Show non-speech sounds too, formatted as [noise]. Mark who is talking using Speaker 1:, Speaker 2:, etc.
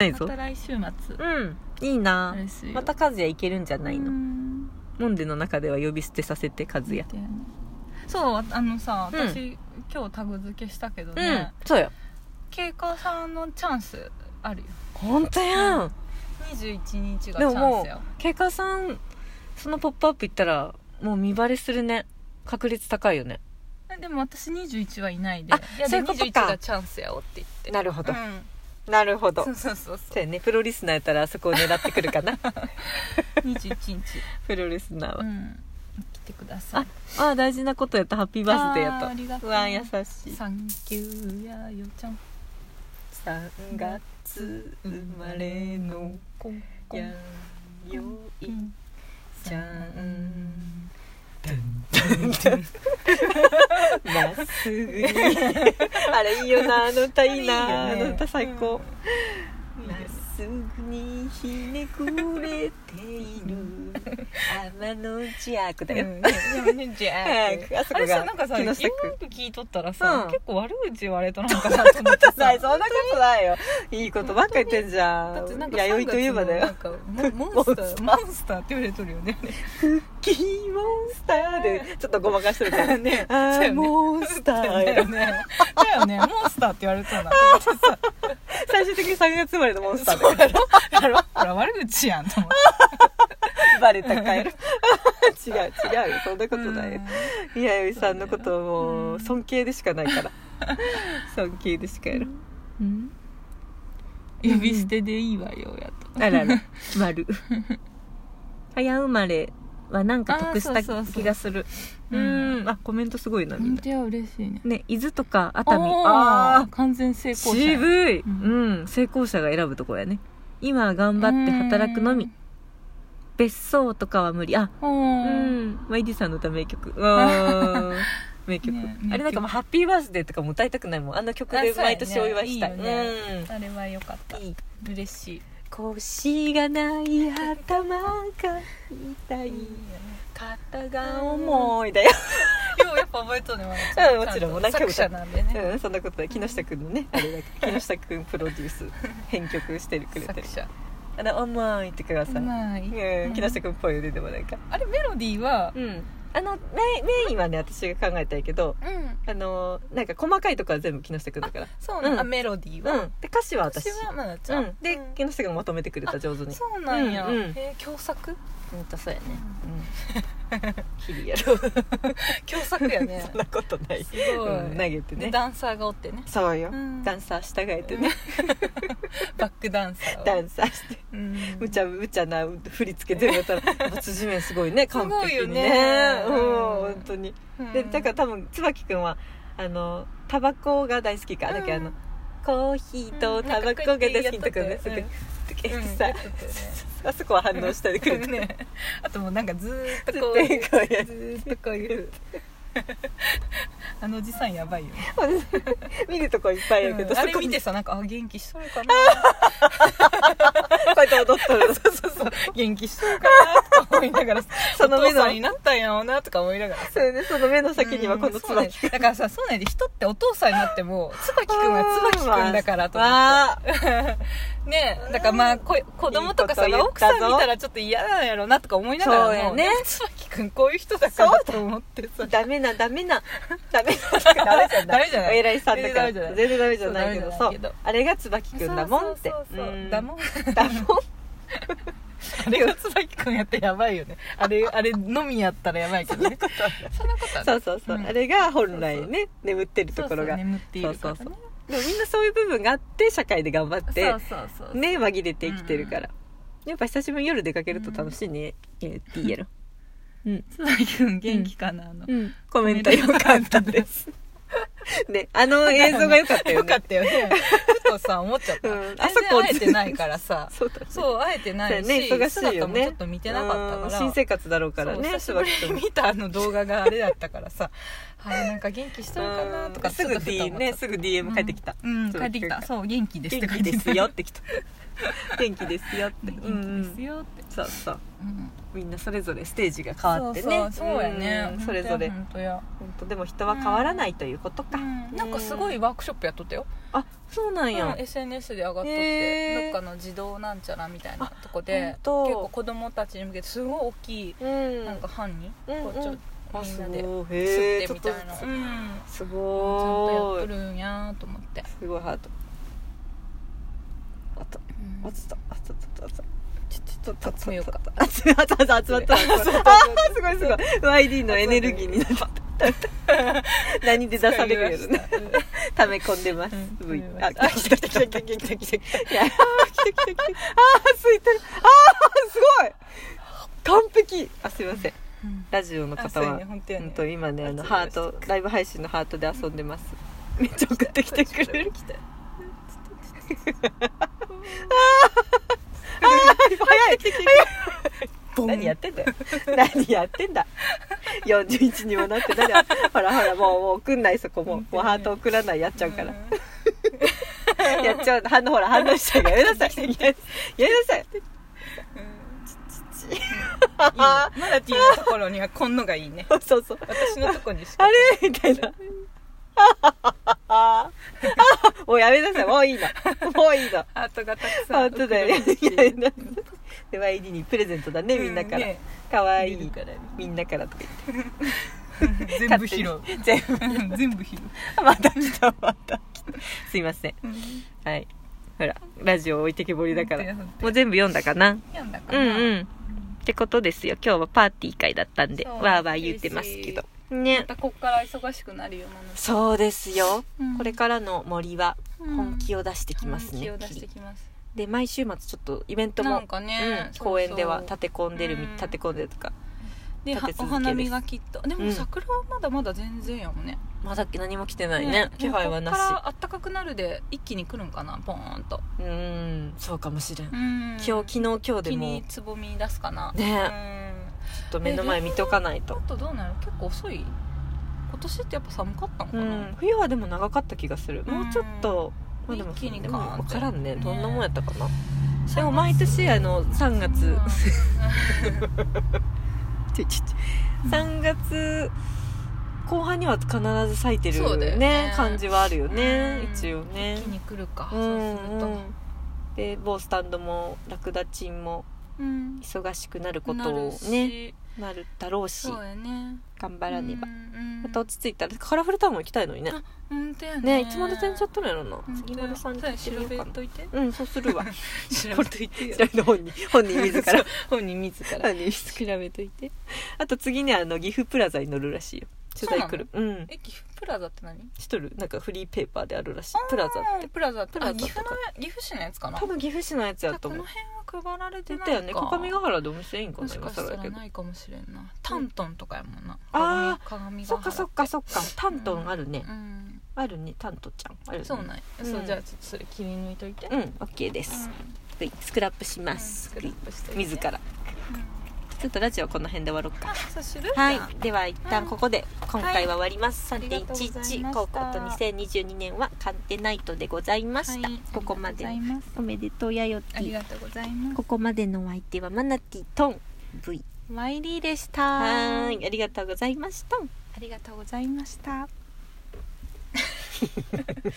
Speaker 1: ない
Speaker 2: ま
Speaker 1: ぞ
Speaker 2: た来週末
Speaker 1: うんいいな
Speaker 2: ですよ
Speaker 1: また和也いけるんじゃないの、
Speaker 2: うん
Speaker 1: モンデの中では呼び捨てさせて和也
Speaker 2: だよねそうああのさ
Speaker 1: うん
Speaker 2: 私、今日タグ付けしたけど
Speaker 1: う
Speaker 2: ね
Speaker 1: んそうよ
Speaker 2: 慶子さんのチャンスあるよ
Speaker 1: 本当やん
Speaker 2: 21日がチ
Speaker 1: でも
Speaker 2: ャ
Speaker 1: も
Speaker 2: ン
Speaker 1: う
Speaker 2: スよ
Speaker 1: 経過さんその「ポップアップ行ったらもう見バレするね確率高いよね
Speaker 2: えでも私21はいないで
Speaker 1: あ
Speaker 2: や
Speaker 1: そう
Speaker 2: で
Speaker 1: いうことか
Speaker 2: 21がチャンスやおって言って
Speaker 1: なるほど
Speaker 2: うん
Speaker 1: なるほどそ
Speaker 2: そ
Speaker 1: う
Speaker 2: そうそうそ
Speaker 1: う
Speaker 2: う
Speaker 1: やねプロリスナーやったらあそこを狙ってくるか [laughs] な
Speaker 2: 21日
Speaker 1: プロリスナーは、
Speaker 2: うん来てください
Speaker 1: ああ大事なことやったハッピーバースデーや
Speaker 2: あーありが
Speaker 1: った
Speaker 2: と
Speaker 1: う
Speaker 2: う
Speaker 1: わ優しい
Speaker 2: サンキューやよちゃん
Speaker 1: 3月生まれの
Speaker 2: コンコン
Speaker 1: やよいちゃんまっすぐにあれいいよなあの歌いいなあ
Speaker 2: あれいいよね
Speaker 1: の歌最高、
Speaker 2: うん
Speaker 1: まっすぐにひねくれている天の邪悪だよ、
Speaker 2: う
Speaker 1: [laughs]
Speaker 2: んでもねジャーク
Speaker 1: あそ
Speaker 2: あ
Speaker 1: こ
Speaker 2: れ
Speaker 1: が
Speaker 2: さなんかさ
Speaker 1: 木
Speaker 2: よ
Speaker 1: 下
Speaker 2: く
Speaker 1: 君
Speaker 2: 聞いとったらさ、
Speaker 1: うん
Speaker 2: 結構悪口言われたのかなと思って
Speaker 1: な [laughs]
Speaker 2: さ
Speaker 1: いそんなことないよいいことばっか言ってんじゃ
Speaker 2: だ
Speaker 1: ん
Speaker 2: ってなんか3
Speaker 1: 弥生といえばだよ
Speaker 2: 月のなんかモモンスターモンスターって言われとるよね
Speaker 1: キーモンスターでちょっとごまかしてるから
Speaker 2: ね
Speaker 1: あ
Speaker 2: そう
Speaker 1: ー
Speaker 2: よね
Speaker 1: モンスター
Speaker 2: だよ
Speaker 1: よ
Speaker 2: ねだよねモンスターって言われてたな
Speaker 1: 最終的に3月生まれのモンスターだよ
Speaker 2: だろほら悪口やんと思っ
Speaker 1: バレたかい [laughs] 違う違うよそんなこ
Speaker 2: て
Speaker 1: とないよ弥生さんのことをもう尊敬でしかない [laughs] から尊敬でしかやろ
Speaker 2: うん呼び捨てでいいわよやと
Speaker 1: あ [laughs] らら丸早生まれはなんか得し
Speaker 2: あ
Speaker 1: た
Speaker 2: ーそうそうそう
Speaker 1: 気がするう
Speaker 2: うん
Speaker 1: んあコメントすごいなみんな
Speaker 2: 当は嬉しいね
Speaker 1: ね伊豆とか熱海あ
Speaker 2: あ
Speaker 1: あ
Speaker 2: あ完全成功者や
Speaker 1: 渋い、う
Speaker 2: うん
Speaker 1: ん成功者が選ぶとこやね今は頑張って働くのみ別荘とかは無理あ
Speaker 2: う
Speaker 1: うん
Speaker 2: うん
Speaker 1: んマイディさんの歌名 [laughs] 曲うーん名曲、
Speaker 2: ね名曲
Speaker 1: あれなんかもうハッピーバースデーとかも歌いたくないもんあの曲で毎年お祝いしたい
Speaker 2: あそうやねいい
Speaker 1: うん
Speaker 2: あれは良かった
Speaker 1: いい
Speaker 2: 嬉しい
Speaker 1: [laughs] 腰がない頭が痛い肩が重いだよ、
Speaker 2: ようやっぱ覚えとるねまなち
Speaker 1: うんもちろんもう何回も
Speaker 2: 作者なんでね、
Speaker 1: うん、そんなことない木下くんのねあれだけど木下くんプロデュース編曲してくれてる
Speaker 2: 作者
Speaker 1: あの「重い」ってください、
Speaker 2: まあいい
Speaker 1: うん、木下くんっぽいよねでもなんか
Speaker 2: あれメロディーは
Speaker 1: うんあのメインメインはね私が考えたんやけど
Speaker 2: うん
Speaker 1: あのなんか細かいとこは全部木下くんだから
Speaker 2: そうな、ん、
Speaker 1: うん
Speaker 2: あメロディーは、
Speaker 1: うんで歌詞は私
Speaker 2: 私はまなち
Speaker 1: う
Speaker 2: ゃん、
Speaker 1: ん、で、木下くんがまとめてくれた上手に
Speaker 2: そうなんや、
Speaker 1: うんうん
Speaker 2: えー
Speaker 1: [laughs]
Speaker 2: 共作
Speaker 1: うんとそうやねうん日々やろ
Speaker 2: 共作やね
Speaker 1: そんなことない
Speaker 2: すごい、
Speaker 1: うん投げてね
Speaker 2: でダンサーがおってね
Speaker 1: そうよ、
Speaker 2: うん
Speaker 1: ダンサー従えてね、
Speaker 2: バックダンサーを
Speaker 1: ダンサーして
Speaker 2: うん
Speaker 1: むちゃむちゃな振り付け全部やったら辻面すごいね完璧にね
Speaker 2: す
Speaker 1: うん
Speaker 2: ごいよね
Speaker 1: 本当に
Speaker 2: うん
Speaker 1: でだから多分椿君はあのタバコが大好きか、だけどあ
Speaker 2: う
Speaker 1: の
Speaker 2: ん
Speaker 1: コーヒーとタバコが大好きとかね、そういう時
Speaker 2: うん
Speaker 1: さ、
Speaker 2: やっとったよね
Speaker 1: あそこは反応してくれて、ね、
Speaker 2: [laughs] ねあともうなんかずーっとこう
Speaker 1: 絶
Speaker 2: いう
Speaker 1: 対こうやっ
Speaker 2: ずーっとこういう [laughs] あのおじさんやばいよね
Speaker 1: [laughs] 見るとこいっぱいやけど、
Speaker 2: うん
Speaker 1: そ
Speaker 2: あ
Speaker 1: こ
Speaker 2: れ見て
Speaker 1: に
Speaker 2: さなんかあ元気しとるかな
Speaker 1: こうやって踊っとるの
Speaker 2: [laughs] そうそう元気しとるかなとか思いながら
Speaker 1: その目
Speaker 2: [laughs] お父
Speaker 1: の
Speaker 2: さんになったんやろうなとか思いながら
Speaker 1: それでその目の先にはこ
Speaker 2: う
Speaker 1: の
Speaker 2: んそうなん
Speaker 1: 椿
Speaker 2: やだからさそうなんやで人ってお父さんになっても椿君は椿君だからとか
Speaker 1: あー
Speaker 2: ねえだからまあこ子供とかさ
Speaker 1: いいこと言っ
Speaker 2: 奥
Speaker 1: た
Speaker 2: さ
Speaker 1: ぞ
Speaker 2: ん見たらちょっと嫌なんやろうなとか思いながらも
Speaker 1: そうやね
Speaker 2: でも椿君こういう人だからと思ってさ
Speaker 1: ダメなダメなダメなダメじゃない
Speaker 2: [laughs] ダメじゃない
Speaker 1: お偉いさんだから
Speaker 2: 全然ダメじゃない
Speaker 1: 全然ダメじゃないけど
Speaker 2: そう
Speaker 1: そ
Speaker 2: ダ
Speaker 1: う
Speaker 2: メじゃないけど
Speaker 1: あれが椿くんだもんって
Speaker 2: そうそうそうそう
Speaker 1: うん
Speaker 2: だ [laughs] もん
Speaker 1: だもん
Speaker 2: あれが椿君やったらやばいよねあれあれのみやったらやばいけどねそんなことは
Speaker 1: そ
Speaker 2: な
Speaker 1: う
Speaker 2: い
Speaker 1: そうそう、
Speaker 2: うん
Speaker 1: あれが本来ね眠ってるところが
Speaker 2: そうそう眠っているからね
Speaker 1: そうそうでもみんなそういう部分があって社会で頑張って
Speaker 2: そうそうそうそう
Speaker 1: ね紛れて生きてるから、やっぱ久しぶりに夜出かけると楽しいね、えー、いいやろうん、
Speaker 2: 椿君元気かなあの
Speaker 1: うん、コメントよかったですねあの映像が良かったよ
Speaker 2: [laughs] よか
Speaker 1: ね
Speaker 2: ったよねふとさ思っちゃった
Speaker 1: うん
Speaker 2: 全然
Speaker 1: あそこ
Speaker 2: 会えてないからさ
Speaker 1: そうだね
Speaker 2: [laughs] そう会えてないし
Speaker 1: そうやね忙しいよね
Speaker 2: 姿もちょっと見てなかったから
Speaker 1: うん新生活だろうからね
Speaker 2: そう久しぶりに見たあの動画があれだったからさはいなんか元気しとるかなとか
Speaker 1: すぐ
Speaker 2: ちょっとふと
Speaker 1: D
Speaker 2: 思っちゃ
Speaker 1: ね
Speaker 2: った
Speaker 1: すぐ DM 返ってきた
Speaker 2: うん、帰ってきたそう元気ですって
Speaker 1: 元
Speaker 2: 書
Speaker 1: 気
Speaker 2: いて
Speaker 1: です
Speaker 2: る
Speaker 1: よってきた天気ですよって、
Speaker 2: [laughs] 元気です
Speaker 1: よ、
Speaker 2: よって、
Speaker 1: そうそう
Speaker 2: うん、
Speaker 1: みんなそれぞれステージが変わってね
Speaker 2: そうそうそうやね、
Speaker 1: うんそれぞれ
Speaker 2: 本当や
Speaker 1: 本当でも人は変わらないということか、
Speaker 2: 本当や、うん、なんかすごいワークショップやっとったよ、
Speaker 1: あそうなんや、
Speaker 2: うん SNS で上がっとって、
Speaker 1: へー
Speaker 2: どっかの児童なんちゃらみたいなとこで
Speaker 1: あ
Speaker 2: 結
Speaker 1: ほんと
Speaker 2: 構子供たちに向けてすごい大きい、
Speaker 1: うん
Speaker 2: なんか班に、
Speaker 1: うん
Speaker 2: こうちょ
Speaker 1: うん
Speaker 2: みんなで
Speaker 1: あすごいへ
Speaker 2: 吸
Speaker 1: え
Speaker 2: ってみたいな、
Speaker 1: ちょっと
Speaker 2: うん、
Speaker 1: す
Speaker 2: ちゃんと
Speaker 1: ご
Speaker 2: や
Speaker 1: ー
Speaker 2: っ
Speaker 1: い
Speaker 2: とるんやと思って、
Speaker 1: すごいハートあと
Speaker 2: うん
Speaker 1: あつたあつたあつた
Speaker 2: ちょち
Speaker 1: ち
Speaker 2: ょ
Speaker 1: ょっと
Speaker 2: 集めようか
Speaker 1: 集まった集まった集まったあー
Speaker 2: [laughs] 集まった
Speaker 1: すごいすごい YD のエネルギーになった [laughs] 何で出されるやろね
Speaker 2: 使
Speaker 1: [laughs]
Speaker 2: い
Speaker 1: 溜
Speaker 2: 回し
Speaker 1: め込んでます
Speaker 2: うん
Speaker 1: V
Speaker 2: うん
Speaker 1: あ来た来た来た来た来た来た来たいやあー来た来た来たあーついてるあーすごい完璧あすいません
Speaker 2: たうん
Speaker 1: ラジオの
Speaker 2: あ
Speaker 1: 方
Speaker 2: そうや
Speaker 1: は
Speaker 2: ね本当や
Speaker 1: 本
Speaker 2: ね
Speaker 1: 当今ねあの
Speaker 2: あ
Speaker 1: ハートライブ配信のハートで遊んでますめっちゃ送ってきてくれる
Speaker 2: 来た
Speaker 1: 早い
Speaker 2: ボン
Speaker 1: 何やってんだよ何やってんだ41にもなって誰ほらほらもうもう送んないそこももうハート送らないやっちゃうから
Speaker 2: ん
Speaker 1: やっちゃう反応ほら反応しちゃうからやめなさいやめなさい
Speaker 2: いいねマナティーのところにはこんのがいいね
Speaker 1: そうそう
Speaker 2: 私のとこにし
Speaker 1: あ
Speaker 2: か
Speaker 1: れみたいなあもうやめなさいもういいのもういいの
Speaker 2: ハートがたくさん
Speaker 1: 本当だよやめなさいで YD にプレゼントだねみんなから、
Speaker 2: ね
Speaker 1: かわい
Speaker 2: みん
Speaker 1: い
Speaker 2: なから
Speaker 1: みんなからとか言って
Speaker 2: 全部拾う
Speaker 1: 全部
Speaker 2: 全部拾う
Speaker 1: [laughs] また来たまた来たすいません
Speaker 2: うん
Speaker 1: はいほらラジオ置いてけぼりだからも
Speaker 2: 本当や本
Speaker 1: う全部読んだかな
Speaker 2: 読んだ
Speaker 1: う
Speaker 2: かなん
Speaker 1: うんってことですよ今日はパーティー会だったんで
Speaker 2: そう
Speaker 1: わーわー言ってますけど
Speaker 2: ま
Speaker 1: ね
Speaker 2: たこっから忙しくなるよマナテ
Speaker 1: そうですよ、
Speaker 2: うん
Speaker 1: これからの森は
Speaker 2: ィー
Speaker 1: 本気を出してきます
Speaker 2: 本
Speaker 1: ね、
Speaker 2: 気を出し
Speaker 1: き
Speaker 2: て
Speaker 1: り
Speaker 2: きます
Speaker 1: で毎週末ちょっとイベント
Speaker 2: な
Speaker 1: も
Speaker 2: ん、かね
Speaker 1: うん
Speaker 2: そうそう
Speaker 1: 公園では立て込んでるみ、
Speaker 2: うん
Speaker 1: 立て込んでるとか
Speaker 2: で
Speaker 1: 立て続けです
Speaker 2: お花見がきっとで
Speaker 1: う
Speaker 2: も
Speaker 1: ん
Speaker 2: 桜はまだまだ全然やもんね
Speaker 1: まだ何も来てないね気配はなし
Speaker 2: こっから暖かくなるで一気に来るんかなポーンと
Speaker 1: うーんそうかもしれん、
Speaker 2: 今
Speaker 1: 今日昨日今日で
Speaker 2: 気
Speaker 1: もう
Speaker 2: につぼみ出すかな
Speaker 1: ね
Speaker 2: うん
Speaker 1: ちょっと目の前見とかないと
Speaker 2: あ、とどうなる結構遅い今年ってやっぱ寒かったのか
Speaker 1: う
Speaker 2: な、
Speaker 1: ん、冬はでも長かった気がするもうちょっと、まあ、でも
Speaker 2: 一気に
Speaker 1: で
Speaker 2: ガ
Speaker 1: も
Speaker 2: ーンって
Speaker 1: 分からんね
Speaker 2: ね
Speaker 1: どんなもんやったかな、
Speaker 2: 寒
Speaker 1: でも毎年あの3月ちょちょちょ3月後半には必ず咲いて
Speaker 2: そう
Speaker 1: る
Speaker 2: だ
Speaker 1: ね
Speaker 2: よね
Speaker 1: 感じはあるよ [laughs] ね、
Speaker 2: うん
Speaker 1: 一応ね
Speaker 2: 一気に来るか、
Speaker 1: う
Speaker 2: そ
Speaker 1: ん
Speaker 2: うすると、
Speaker 1: うんで某スタンドもラクダチンも
Speaker 2: うん
Speaker 1: 忙しくなること
Speaker 2: なる
Speaker 1: を
Speaker 2: し
Speaker 1: ねなるだろうし
Speaker 2: そうやね
Speaker 1: 頑張らねば、
Speaker 2: うん
Speaker 1: また落ち着いたらカラフルタウンも行きたいのにね
Speaker 2: あ本当や
Speaker 1: ね
Speaker 2: ね
Speaker 1: いつまで全然やっとるんやろな
Speaker 2: 本当
Speaker 1: 杉
Speaker 2: や
Speaker 1: 丸さんに聞いて
Speaker 2: そ
Speaker 1: みよう
Speaker 2: うや調
Speaker 1: か
Speaker 2: べ
Speaker 1: な
Speaker 2: といて
Speaker 1: うんそうするわ
Speaker 2: [laughs] 調べといてよ
Speaker 1: 調べて本人本人自ら
Speaker 2: 本人自ら
Speaker 1: 本人自ら調べといてあと次ねあの岐阜プラザに乗るらしいよ取材来るうん
Speaker 2: え岐阜プラザって何
Speaker 1: しとるなんかフリーペーパーであるらしいプラザって
Speaker 2: あープラザって
Speaker 1: プラザ
Speaker 2: あ岐阜の岐阜市のやつかな
Speaker 1: 多分岐阜市のやつや
Speaker 2: じゃあ
Speaker 1: と
Speaker 2: この
Speaker 1: 思う
Speaker 2: 辺は配られて
Speaker 1: 言
Speaker 2: な
Speaker 1: った
Speaker 2: いか
Speaker 1: よね各務原でお店いいんかな
Speaker 2: もしか
Speaker 1: 今
Speaker 2: した
Speaker 1: 更や
Speaker 2: ら
Speaker 1: けど
Speaker 2: ないかもしれんなタントンとかやもんな
Speaker 1: あ
Speaker 2: 鏡鏡
Speaker 1: そ
Speaker 2: ヶ
Speaker 1: っか
Speaker 2: 原
Speaker 1: そっかそっかタントンあるね
Speaker 2: うん
Speaker 1: あるねタントちゃんあるね
Speaker 2: そうなんや
Speaker 1: うん
Speaker 2: そうじゃあちょっとそれ切り抜いといて
Speaker 1: うんオッケーですグイスクラップします
Speaker 2: うん
Speaker 1: グイ
Speaker 2: スクラップしておいて
Speaker 1: 自ら
Speaker 2: うん
Speaker 1: ちょっとラジオはこの辺で終わろうか
Speaker 2: あそうする
Speaker 1: はい
Speaker 2: じゃあ、
Speaker 1: では一旦ここで今回は終わります。
Speaker 2: はいありがとうござい
Speaker 1: 3.11
Speaker 2: ました
Speaker 1: 高校と2022年は鑑定ナイトでございました。
Speaker 2: はい
Speaker 1: ここまで
Speaker 2: ありがとうございます
Speaker 1: おめでとうやよっ
Speaker 2: あり
Speaker 1: て。
Speaker 2: がとうございます
Speaker 1: ここまでのお相手はマナティトン V。
Speaker 2: YD でした
Speaker 1: はーい、ありがとうございました。
Speaker 2: ありがとうございました